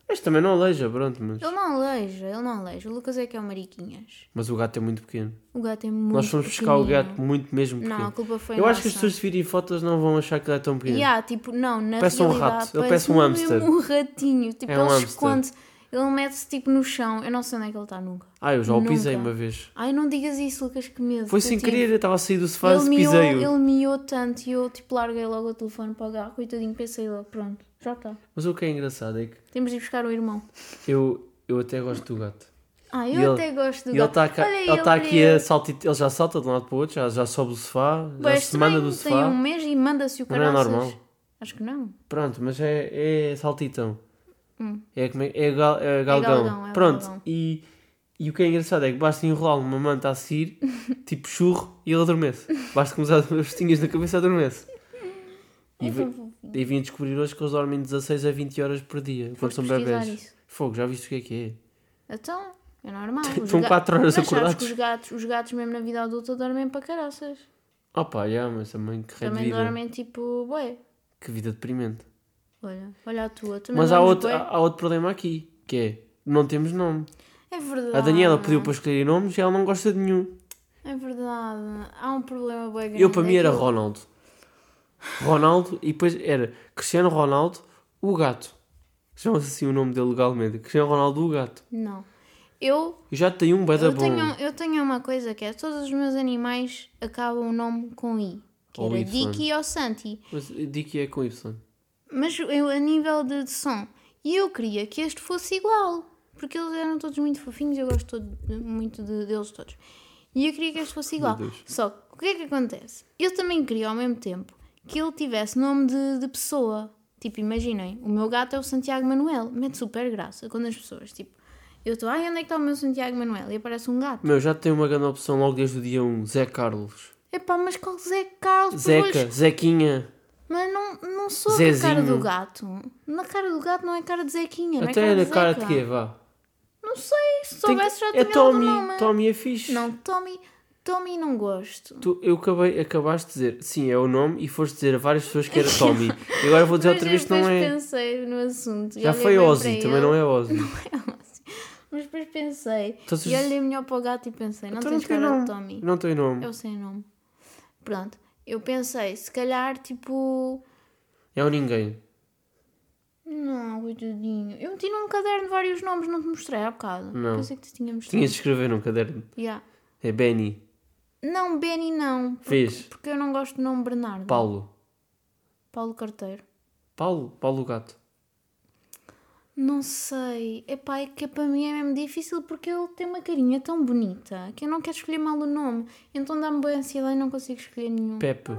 Speaker 2: Este também não aleija, pronto, mas.
Speaker 1: Ele não aleija, ele não aleija. O Lucas é que é o mariquinhas.
Speaker 2: Mas o gato é muito pequeno.
Speaker 1: O gato é muito
Speaker 2: Nós fomos buscar o
Speaker 1: pequenino.
Speaker 2: gato muito mesmo pequeno.
Speaker 1: Não, a culpa foi
Speaker 2: Eu acho que as
Speaker 1: nossa.
Speaker 2: pessoas se virem fotos não vão achar que ele é tão
Speaker 1: E
Speaker 2: pequeno.
Speaker 1: há, tipo, não, na
Speaker 2: Parece um
Speaker 1: realidade,
Speaker 2: rato. Ele parece um hamster.
Speaker 1: mesmo um ratinho. Tipo,
Speaker 2: É um
Speaker 1: ele
Speaker 2: hamster.
Speaker 1: esconde Ele mete-se, tipo, no chão. Eu não sei onde é que ele está nunca.
Speaker 2: Ah, eu já o pisei
Speaker 1: Nunca.
Speaker 2: uma vez.
Speaker 1: Ai, não digas isso, Lucas, que medo.
Speaker 2: Foi
Speaker 1: que eu
Speaker 2: sem
Speaker 1: tive.
Speaker 2: querer, eu estava a sair do sofá
Speaker 1: Ele
Speaker 2: e
Speaker 1: miou,
Speaker 2: pisei-o.
Speaker 1: ele miou tanto e eu, tipo, larguei logo o telefone para o gato. Coitadinho, pensei logo, pronto, já está.
Speaker 2: Mas o que é engraçado é que
Speaker 1: Temos de ir buscar o irmão.
Speaker 2: eu, eu até gosto do gato.
Speaker 1: Ah,
Speaker 2: E ele-
Speaker 1: eu até gosto do
Speaker 2: E ele
Speaker 1: gato.
Speaker 2: está cá-
Speaker 1: Olha,
Speaker 2: ele está aqui
Speaker 1: queria-
Speaker 2: a saltit... Ele já salta de um lado para o outro, já, já sobe o sofá, já
Speaker 1: Bué
Speaker 2: se manda do
Speaker 1: é estranho, tem
Speaker 2: sofá.
Speaker 1: um mês e manda-se o
Speaker 2: Mas não é
Speaker 1: caraças.
Speaker 2: normal.
Speaker 1: Acho que não.
Speaker 2: Pronto, mas é, é saltitão.
Speaker 1: Hum.
Speaker 2: É, como é, é, gal, é galgão.
Speaker 1: galgão, é
Speaker 2: Pronto,
Speaker 1: galgão.
Speaker 2: E, e o que é engraçado é que basta enrolar uma manta a seguir, tipo churro, e ele adormece. Basta começar as vestinhas na cabeça e adormece. E,
Speaker 1: É
Speaker 2: vi-
Speaker 1: fofo.
Speaker 2: e vim descobrir hoje que eles dormem 16 a 20 horas por dia, quando
Speaker 1: Foste
Speaker 2: são
Speaker 1: pesquisar
Speaker 2: bebés.
Speaker 1: isso.
Speaker 2: Fogo, já viste o que é que
Speaker 1: Então, é normal.
Speaker 2: é?
Speaker 1: Os
Speaker 2: São
Speaker 1: ga-
Speaker 2: 4 horas
Speaker 1: Mas sabes que
Speaker 2: acordados.
Speaker 1: os gatos, os gatos mesmo na vida adulta dormem para caraças.
Speaker 2: Opa, já, mas também que rei de
Speaker 1: Também
Speaker 2: É vida.
Speaker 1: dormem tipo, bué.
Speaker 2: Que vida deprimente.
Speaker 1: Olha, olha a tua. Também
Speaker 2: Mas há
Speaker 1: dormes
Speaker 2: outro,
Speaker 1: bué.
Speaker 2: há há outro problema aqui, que é, não temos nome.
Speaker 1: É verdade.
Speaker 2: A Daniela pediu para escolher nomes e ela não gosta de nenhum.
Speaker 1: É verdade. Há um problema bué grande.
Speaker 2: Eu para mim era
Speaker 1: É que eu-
Speaker 2: Ronaldo. Ronaldo e depois era Cristiano Ronaldo, o gato. Chama-se assim o nome dele legalmente. Cristiano Ronaldo, o gato.
Speaker 1: Não. Eu,
Speaker 2: Eu já tenho um bada
Speaker 1: eu,
Speaker 2: bom.
Speaker 1: tenho, eu tenho uma coisa que é: todos os meus animais acabam o nome com I, que
Speaker 2: Ou
Speaker 1: era
Speaker 2: Y.
Speaker 1: Dicky ou Santi.
Speaker 2: Mas Dicky é com Y.
Speaker 1: Mas eu, a nível de, de som, e eu queria que este fosse igual, porque eles eram todos muito fofinhos, eu gosto todo- de- muito de- deles todos. E eu queria que este fosse igual.
Speaker 2: Deus.
Speaker 1: Só que o que é que acontece? Eu também queria ao mesmo tempo que ele tivesse nome de, de pessoa. Tipo, imaginem, o meu gato é o Santiago Manuel, mete super graça quando as pessoas, tipo, eu estou, ai, onde é que está o meu Santiago Manuel? E aparece um gato.
Speaker 2: Meu, já tenho uma grande opção logo desde o dia 1. Zé Carlos.
Speaker 1: Epá, mas qual Zé Carlos? Pois,
Speaker 2: Zeca. Zequinha.
Speaker 1: Mas não, não sou a cara
Speaker 2: Zezinho.
Speaker 1: do gato. Na cara do gato não é cara de Zequinha, não é
Speaker 2: Até
Speaker 1: cara
Speaker 2: na
Speaker 1: de
Speaker 2: cara
Speaker 1: Zeca.
Speaker 2: de quê? Vá.
Speaker 1: Não sei, se
Speaker 2: Tem que-
Speaker 1: soubesse já
Speaker 2: é
Speaker 1: tinha dado o
Speaker 2: Tommy.
Speaker 1: nome.
Speaker 2: Tommy é fixe.
Speaker 1: Não, Tommy, Tommy não gosto.
Speaker 2: Tu, eu acabei, acabaste de dizer, sim, é o nome, e foste dizer a várias pessoas que era Tommy. E agora vou dizer
Speaker 1: Mas
Speaker 2: outra vez que não
Speaker 1: depois
Speaker 2: é.
Speaker 1: pensei no assunto. e
Speaker 2: Já
Speaker 1: olhei
Speaker 2: foi
Speaker 1: bem
Speaker 2: Ozzy,
Speaker 1: para
Speaker 2: também
Speaker 1: ele,
Speaker 2: não é Ozzy.
Speaker 1: Mas depois pensei.
Speaker 2: Então, se-
Speaker 1: E olhei melhor para o gato e pensei, não
Speaker 2: Então
Speaker 1: tens
Speaker 2: tem
Speaker 1: cara
Speaker 2: nome.
Speaker 1: de Tommy.
Speaker 2: Não tem nome.
Speaker 1: Eu sei o nome. Pronto, eu pensei, se calhar, tipo...
Speaker 2: É o ninguém.
Speaker 1: Não, coitadinho. Eu meti num caderno vários nomes, não te mostrei há bocado.
Speaker 2: Não.
Speaker 1: Pensei que te tinha mostrado.
Speaker 2: Tinhas de escrever num caderno.
Speaker 1: Yeah.
Speaker 2: É Benny.
Speaker 1: Não, Benny não. Porque,
Speaker 2: Fez.
Speaker 1: porque eu não gosto do nome Bernardo.
Speaker 2: Paulo.
Speaker 1: Paulo Carteiro.
Speaker 2: Paulo? Paulo Gato.
Speaker 1: Não sei. Epá, é que para mim é mesmo difícil porque ele tem uma carinha tão bonita que eu não quero escolher mal o nome. Então dá-me boa ansiedade e não consigo escolher nenhum.
Speaker 2: Pepe.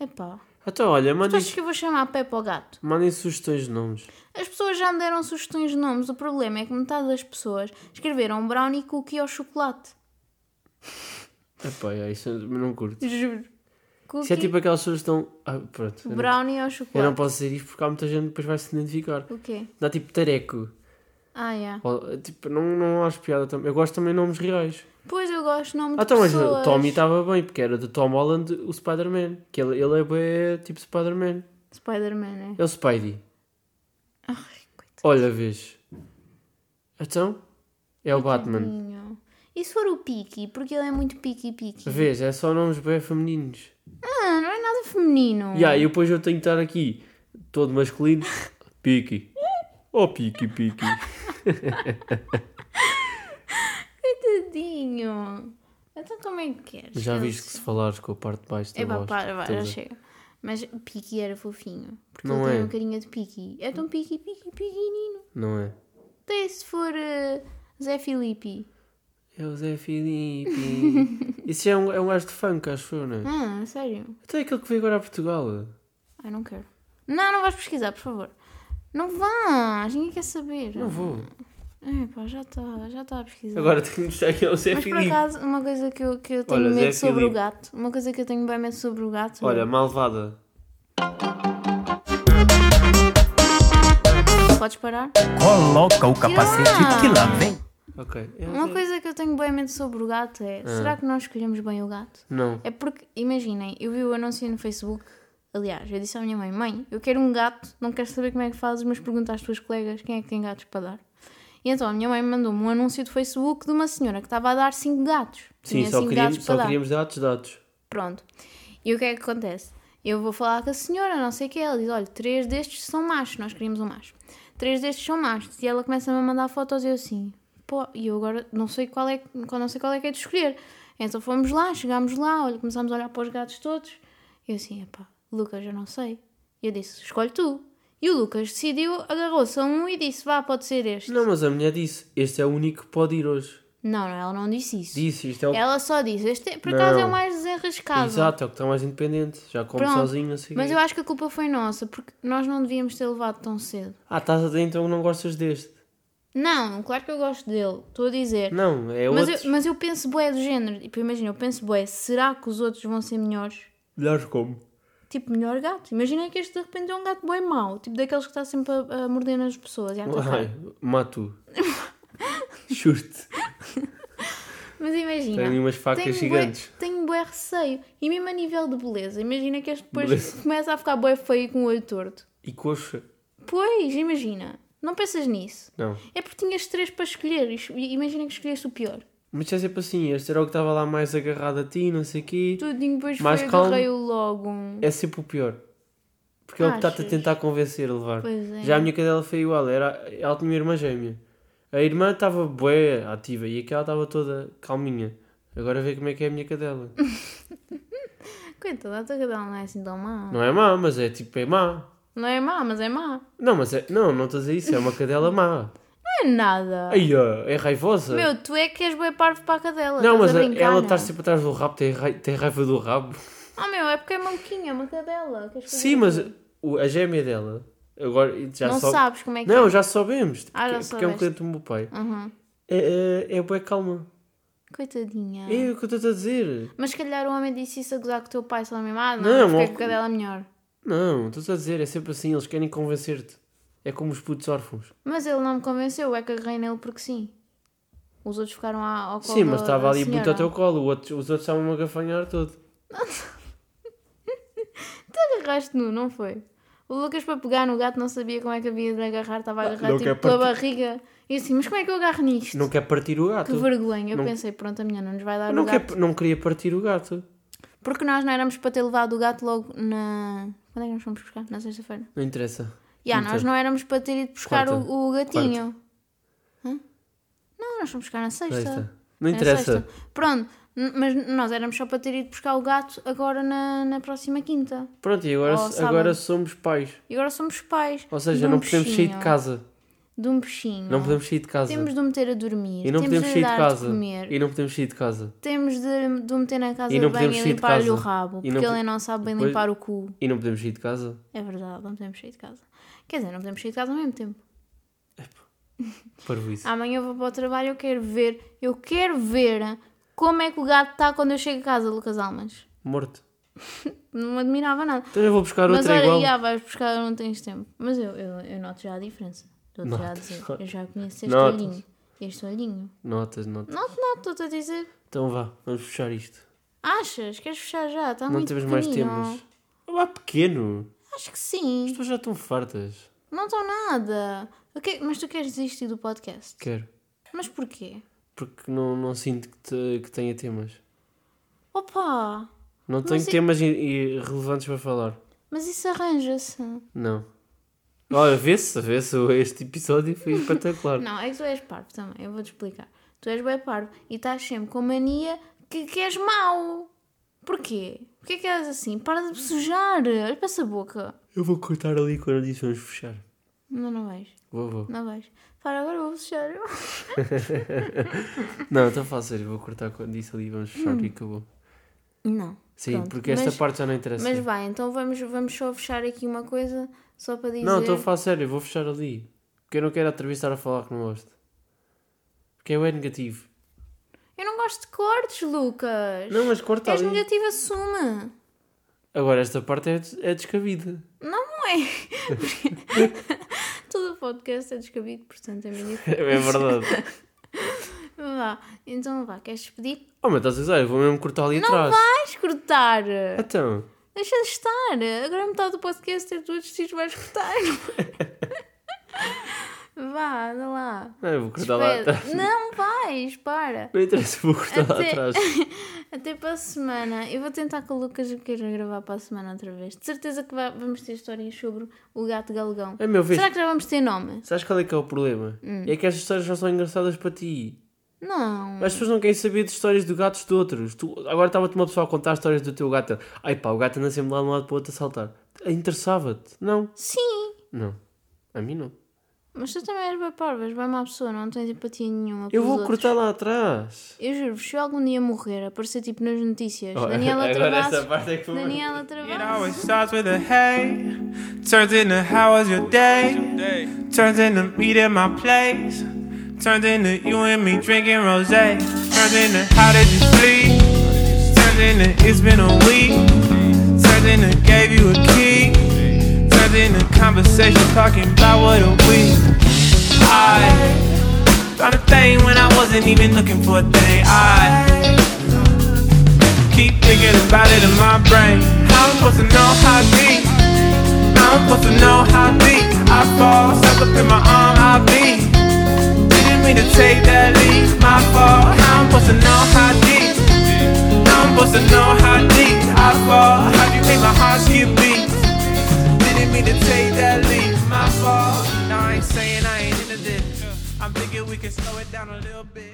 Speaker 1: Epá.
Speaker 2: Então, olha,
Speaker 1: Tu
Speaker 2: mandem,
Speaker 1: achas que eu vou chamar Pepe ao gato?
Speaker 2: mandem sugestões de nomes.
Speaker 1: As pessoas já me deram sugestões de nomes. O problema é que metade das pessoas escreveram brownie cookie ao chocolate.
Speaker 2: Epá, é, isso eu não curto.
Speaker 1: Juro. Cookie,
Speaker 2: Isso é tipo aquela sugestão. Ah, pronto. Eu não,
Speaker 1: Tipo, brownie ao
Speaker 2: eu não
Speaker 1: chocolate.
Speaker 2: posso dizer isto porque há muita gente que depois vai se identificar.
Speaker 1: O quê?
Speaker 2: Dá tipo tareco.
Speaker 1: Ah, é.
Speaker 2: Ou, tipo, não, não acho piada também. Eu gosto também de nomes reais.
Speaker 1: Pois eu gosto de nome
Speaker 2: Ah,
Speaker 1: de
Speaker 2: então, mas
Speaker 1: pessoas.
Speaker 2: o Tommy estava bem, porque era de Tom Holland o Spider-Man. Que ele, ele é bué tipo Spider-Man.
Speaker 1: Spider-Man, é?
Speaker 2: É o Spidey.
Speaker 1: Ai, coitado.
Speaker 2: Olha, vês. Então, é o Batman.
Speaker 1: Tadinho. E se for o Piqui? Porque ele é muito piqui-piqui.
Speaker 2: Vês, é só nomes bem femininos.
Speaker 1: Ah, não é nada feminino.
Speaker 2: Yeah, e depois eu tenho que estar aqui, todo masculino. Piqui. Oh, piqui, piqui.
Speaker 1: Coitadinho. Então como é que queres?
Speaker 2: Já
Speaker 1: Ele-
Speaker 2: viste que se falares com a parte de baixo da
Speaker 1: Epá,
Speaker 2: voz.
Speaker 1: para, para, já
Speaker 2: toda.
Speaker 1: chega. Mas Piqui era fofinho. Porque
Speaker 2: Não
Speaker 1: ele tem
Speaker 2: é.
Speaker 1: um carinha de Piqui. É tão Piqui, Piqui, pequenino.
Speaker 2: Não é?
Speaker 1: Até se for eh, Zé Filipe.
Speaker 2: É o Zé Filipe. Isso já é um, é um gajo de funk, acho eu, não é?
Speaker 1: Ah, sério?
Speaker 2: Até aquele que veio agora a Portugal.
Speaker 1: Ai, não quero. Não, não vais pesquisar, por favor. Não vás, ninguém quer saber.
Speaker 2: Não vou.
Speaker 1: Epá, já está já tá a pesquisar.
Speaker 2: Agora tenho que mostrar que é o Zé
Speaker 1: Mas por
Speaker 2: Filipe.
Speaker 1: acaso, uma coisa que eu, que eu tenho
Speaker 2: Olha, Zé
Speaker 1: medo sobre
Speaker 2: Filipe.
Speaker 1: o gato, uma coisa que eu tenho bem medo sobre o gato.
Speaker 2: Olha, malvada.
Speaker 1: podes parar?
Speaker 3: Coloca o capacete que lá vem.
Speaker 2: Ok. É o
Speaker 1: Uma
Speaker 2: Zé-
Speaker 1: coisa que eu tenho bem medo sobre o gato
Speaker 2: Ah.
Speaker 1: é: será que nós escolhemos bem o gato?
Speaker 2: Não.
Speaker 1: É porque, imaginem, eu vi o anúncio no Facebook. Aliás, eu disse à minha mãe: Mãe, eu quero um gato, não quero saber como é que fazes, mas pergunta às tuas colegas quem é que tem gatos para dar. E então a minha mãe mandou-me um anúncio do Facebook de uma senhora que estava a dar cinco gatos.
Speaker 2: Sim,
Speaker 1: Tinha
Speaker 2: só
Speaker 1: cinco
Speaker 2: queríamos,
Speaker 1: gatos para
Speaker 2: só
Speaker 1: dar.
Speaker 2: queríamos dados, dados.
Speaker 1: Pronto. E o que é que acontece? Eu vou falar com a senhora, não sei o que, ela diz: olha, três destes são machos, nós queríamos um macho. Três destes são machos. E ela começa-me a mandar fotos e eu assim, pô, e eu agora não sei qual é, que- não sei qual é que é de escolher. Então fomos lá, chegámos lá, olha, começámos a olhar para os gatos todos. E eu assim, epá, Lucas, eu não sei. E eu disse: escolhe tu. E o Lucas decidiu, agarrou-se a um e disse: vá, pode ser este.
Speaker 2: Não, mas a mulher disse: Este é o único que pode ir hoje.
Speaker 1: Não, não, ela não disse isso.
Speaker 2: Disse: Isto é o.
Speaker 1: Ela só disse: este é- por acaso é
Speaker 2: Não.
Speaker 1: o mais desenrascado.
Speaker 2: Exato, é o que está mais independente. Já come
Speaker 1: Pronto.
Speaker 2: sozinho, assim. não sei o
Speaker 1: Mas
Speaker 2: quê.
Speaker 1: eu acho que a culpa foi nossa, porque nós não devíamos ter levado tão cedo.
Speaker 2: Ah, estás a dizer então que não gostas deste?
Speaker 1: Não, claro que eu gosto dele, estou a dizer.
Speaker 2: Não, é
Speaker 1: mas,
Speaker 2: outro.
Speaker 1: eu, mas eu penso bué do género. Tipo, imagina, eu penso bué, será que os outros vão ser melhores?
Speaker 2: Melhores como?
Speaker 1: Tipo, melhor gato. Imagina que este de repente é um gato bué mau, tipo daqueles que está sempre a, a morder nas pessoas tá e a atacar.
Speaker 2: Ai, mato. Chute.
Speaker 1: Mas imagina.
Speaker 2: Tem ali umas facas
Speaker 1: tenho bué-
Speaker 2: gigantes.
Speaker 1: tenho bué receio. E mesmo a nível de beleza, imagina que este depois
Speaker 2: Beleza.
Speaker 1: começa a ficar bué feio e com o olho torto.
Speaker 2: E coxa.
Speaker 1: Pois, imagina. Não pensas nisso.
Speaker 2: Não.
Speaker 1: É porque tinhas três para escolher. e es- e Imagina que escolheste o pior.
Speaker 2: Mas é sempre assim: este era o que estava lá mais agarrado a ti, não sei o quê.
Speaker 1: Tudinho depois
Speaker 2: Mais
Speaker 1: foi
Speaker 2: calmo.
Speaker 1: agarrei-o logo.
Speaker 2: É sempre o pior. Porque é o que está-te a
Speaker 1: Achas?
Speaker 2: tentar convencer a levar.
Speaker 1: Pois é.
Speaker 2: Já a minha cadela foi igual. Era... Ela tinha uma irmã gêmea. A irmã estava bué ativa e aquela estava toda calminha. Agora vê como é que é a minha cadela.
Speaker 1: Coitada, a tua cadela não é assim tão má.
Speaker 2: Não é má, mas é tipo, é má.
Speaker 1: Não é má, mas é má.
Speaker 2: Não, mas é, não, não estou a dizer isso, é uma cadela má.
Speaker 1: Não é nada.
Speaker 2: Ai, ó, é raivosa.
Speaker 1: Meu, tu é que és boi parvo para a cadela.
Speaker 2: não,
Speaker 1: estás
Speaker 2: mas
Speaker 1: a
Speaker 2: a-
Speaker 1: brincar,
Speaker 2: ela
Speaker 1: não?
Speaker 2: está sempre atrás do rabo, tem, rai- tem raiva do rabo.
Speaker 1: Ah, meu, é porque é maluquinha, é uma cadela. Queres fazer
Speaker 2: Sim, mas
Speaker 1: aquilo?
Speaker 2: o- a gêmea dela, agora já
Speaker 1: Não
Speaker 2: sou-
Speaker 1: sabes como é que
Speaker 2: Não, já soubemos.
Speaker 1: Ah, já
Speaker 2: porque, porque é um
Speaker 1: soubeste.
Speaker 2: cliente do meu pai.
Speaker 1: é. Uhum.
Speaker 2: É, é, é bué calma.
Speaker 1: Coitadinha.
Speaker 2: É o que eu estou a dizer.
Speaker 1: Mas se calhar o homem disse isso a gozar com o teu pai, se ela mimado,
Speaker 2: Não,
Speaker 1: não, não
Speaker 2: ó-
Speaker 1: porque a cadela é melhor.
Speaker 2: Não, estou a dizer, é sempre assim, eles querem convencer-te. É como os putos órfãos.
Speaker 1: Mas ele não me convenceu, é que agarrei nele porque sim. Os outros ficaram à, ao colo
Speaker 2: Sim, mas
Speaker 1: da-
Speaker 2: estava
Speaker 1: da
Speaker 2: ali muito ao
Speaker 1: senhora.
Speaker 2: teu colo, o outro- os outros estavam a gafanhar todo.
Speaker 1: agarraste nu, não foi? O Lucas para pegar no gato não sabia como é que havia de agarrar, estava a agarrar
Speaker 2: não
Speaker 1: tipo,
Speaker 2: quer
Speaker 1: pela
Speaker 2: partir.
Speaker 1: barriga. E assim, mas como é que eu agarro nisto?
Speaker 2: Não quer partir o gato.
Speaker 1: que vergonha. Eu
Speaker 2: Não-
Speaker 1: pensei, pronto, a minha não nos vai dar
Speaker 2: Não,
Speaker 1: o
Speaker 2: quer,
Speaker 1: gato.
Speaker 2: não queria partir o gato.
Speaker 1: Porque nós não éramos para ter levado o gato logo na... Quando é que nós fomos buscar? Na sexta-feira?
Speaker 2: Não interessa.
Speaker 1: Já, nós
Speaker 2: Quinta.
Speaker 1: não éramos para ter ido buscar
Speaker 2: Quarta.
Speaker 1: o, o gatinho. Hã? Não, nós fomos buscar na sexta.
Speaker 2: Sexta.
Speaker 1: Na
Speaker 2: Não interessa.
Speaker 1: sexta. Pronto, n- mas nós éramos só para ter ido buscar o gato agora na, na próxima quinta.
Speaker 2: Pronto, e agora,
Speaker 1: Ou sábado.
Speaker 2: agora somos pais.
Speaker 1: E agora somos pais.
Speaker 2: Ou seja,
Speaker 1: de um
Speaker 2: não podemos sair
Speaker 1: peixinho.
Speaker 2: de casa.
Speaker 1: De um peixinho.
Speaker 2: Não podemos sair de casa.
Speaker 1: Temos de o meter a dormir.
Speaker 2: e não
Speaker 1: temos
Speaker 2: podemos
Speaker 1: de
Speaker 2: sair de
Speaker 1: lhe dar
Speaker 2: casa.
Speaker 1: de comer.
Speaker 2: E não podemos sair de casa.
Speaker 1: Temos de, de o meter na casa
Speaker 2: E
Speaker 1: de
Speaker 2: não
Speaker 1: banho
Speaker 2: podemos
Speaker 1: e
Speaker 2: sair de
Speaker 1: limpar-lhe o
Speaker 2: casa.
Speaker 1: rabo.
Speaker 2: E
Speaker 1: Porque
Speaker 2: não po-
Speaker 1: ele não sabe bem
Speaker 2: Pois-
Speaker 1: limpar o cu.
Speaker 2: E não podemos sair de casa.
Speaker 1: É verdade, não podemos sair de casa. Quer dizer, não podemos sair de casa ao mesmo tempo.
Speaker 2: É, Para isso.
Speaker 1: Amanhã eu vou para o trabalho eu quero ver, eu quero ver como é que o gato está quando eu chego a casa, Lucas Almas.
Speaker 2: Morto.
Speaker 1: Não admirava nada.
Speaker 2: Então eu vou buscar
Speaker 1: Mas
Speaker 2: outra
Speaker 1: olha,
Speaker 2: igual.
Speaker 1: já vais buscar, não tens tempo. Mas eu, eu, eu noto já a diferença. Estou-te já a
Speaker 2: Notas,
Speaker 1: dizer.
Speaker 2: notas.
Speaker 1: Eu já conheço este
Speaker 2: Notas.
Speaker 1: olhinho. Este olhinho.
Speaker 2: Notas, notas.
Speaker 1: Noto, noto, estou-te a dizer.
Speaker 2: Então vá, vamos fechar isto.
Speaker 1: Achas? Queres fechar já? Está
Speaker 2: não
Speaker 1: muito
Speaker 2: temos mais
Speaker 1: pequenino.
Speaker 2: temas. Olá, pequeno.
Speaker 1: Acho que sim.
Speaker 2: As pessoas já estão fartas.
Speaker 1: Não estão nada. O quê? Mas tu queres desistir do podcast?
Speaker 2: Quero.
Speaker 1: Mas porquê?
Speaker 2: Porque não, não sinto que, te- que tenha temas.
Speaker 1: Opa!
Speaker 2: Não tenho
Speaker 1: e-
Speaker 2: temas i- i- relevantes para falar.
Speaker 1: Mas isso arranja-se.
Speaker 2: Não. Olha, vê-se, vê-se. Este episódio foi espetacular.
Speaker 1: Não, é que tu és parvo também. Eu vou-te explicar. Tu és bem parvo e estás sempre com mania que, que és mau. Porquê? Porquê que és assim? Para de sujar. Olha para essa boca.
Speaker 2: Eu vou cortar ali quando eu disse vamos fechar.
Speaker 1: Não, não vais.
Speaker 2: Vou, vou.
Speaker 1: Não vais. Para, agora vou fechar.
Speaker 2: Não, então fala sério, vou cortar quando disse ali vamos fechar e acabou.
Speaker 1: Não.
Speaker 2: Sim,
Speaker 1: Hum. Pronto,
Speaker 2: porque esta
Speaker 1: mas-
Speaker 2: parte já não interessa.
Speaker 1: Mas vai, então vamos, vamos só fechar aqui uma coisa só para dizer.
Speaker 2: Não, estou a falar sério, vou fechar ali. Porque eu não quero atrevistar a falar que não gosto. Porque é o negativo.
Speaker 1: Eu não gosto de cortes, Lucas.
Speaker 2: Não, tá mas corta
Speaker 1: És
Speaker 2: ali.
Speaker 1: negativo, assume.
Speaker 2: Agora esta parte é, des- é descabida.
Speaker 1: Não é? Todo o podcast é descabido, portanto é meio
Speaker 2: É verdade.
Speaker 1: Vá, então vá, queres despedir?
Speaker 2: oh, mas estás a usar, eu vou mesmo cortar ali atrás.
Speaker 1: Vais cortar!
Speaker 2: Então,
Speaker 1: Deixa de estar! Agora metade do podcast é tu a desistir, vais cortar! vá, anda lá!
Speaker 2: não, eu vou cortar lá
Speaker 1: Despede.
Speaker 2: atrás.
Speaker 1: Não vais, para!
Speaker 2: Não interessa, vou cortar lá
Speaker 1: Até-
Speaker 2: atrás.
Speaker 1: Até para a semana. Eu vou tentar com o Lucas eu quero gravar para a semana outra vez. De certeza que vá- vamos ter histórias sobre o gato galgão.
Speaker 2: É meu, vês?
Speaker 1: Será que Hum. já vamos ter nome?
Speaker 2: Sabes qual é que é o problema? É que estas histórias não são engraçadas para ti.
Speaker 1: Não.
Speaker 2: As pessoas não querem saber de histórias de gatos de outros. Tu, agora estava-te uma pessoa a contar histórias do teu gato. Ai pá, o gato anda sempre lá de um lado para o outro a saltar. Interessava-te? Não.
Speaker 1: Sim.
Speaker 2: Não. A mim não.
Speaker 1: Mas tu também és bem parvas, bem má pessoa, não tens empatia nenhuma.
Speaker 2: Eu
Speaker 1: pelos
Speaker 2: vou
Speaker 1: outros.
Speaker 2: cortar lá atrás.
Speaker 1: Eu juro-vos, se eu algum dia morrer, aparecer tipo nas notícias,
Speaker 2: Oh,
Speaker 1: Daniela
Speaker 2: agora essa
Speaker 1: Travassos,
Speaker 2: parte é que foi-
Speaker 1: Daniela
Speaker 4: It
Speaker 1: Travassos,
Speaker 4: always starts with a hey, turns into how was your day, turns into meet at my place, turns into you and me drinking rose, turns into how did you sleep, turns into it's been a week, turns into gave you a key, turns into conversation talking about what a week. I found a thing when I wasn't even looking for a thing. I keep thinking about it in my brain. How I'm supposed to know how deep? How I'm supposed to know how deep? I fall, stuck up in my arm, I be. Didn't mean to take that leap, my fault. How I'm supposed to know how deep? How I'm supposed to know how deep? I fall, how you make my heart skip beats? Didn't mean to take that leap, my fault. Now I ain't saying I ain't into this. I'm thinking we could. can slow it down a little bit.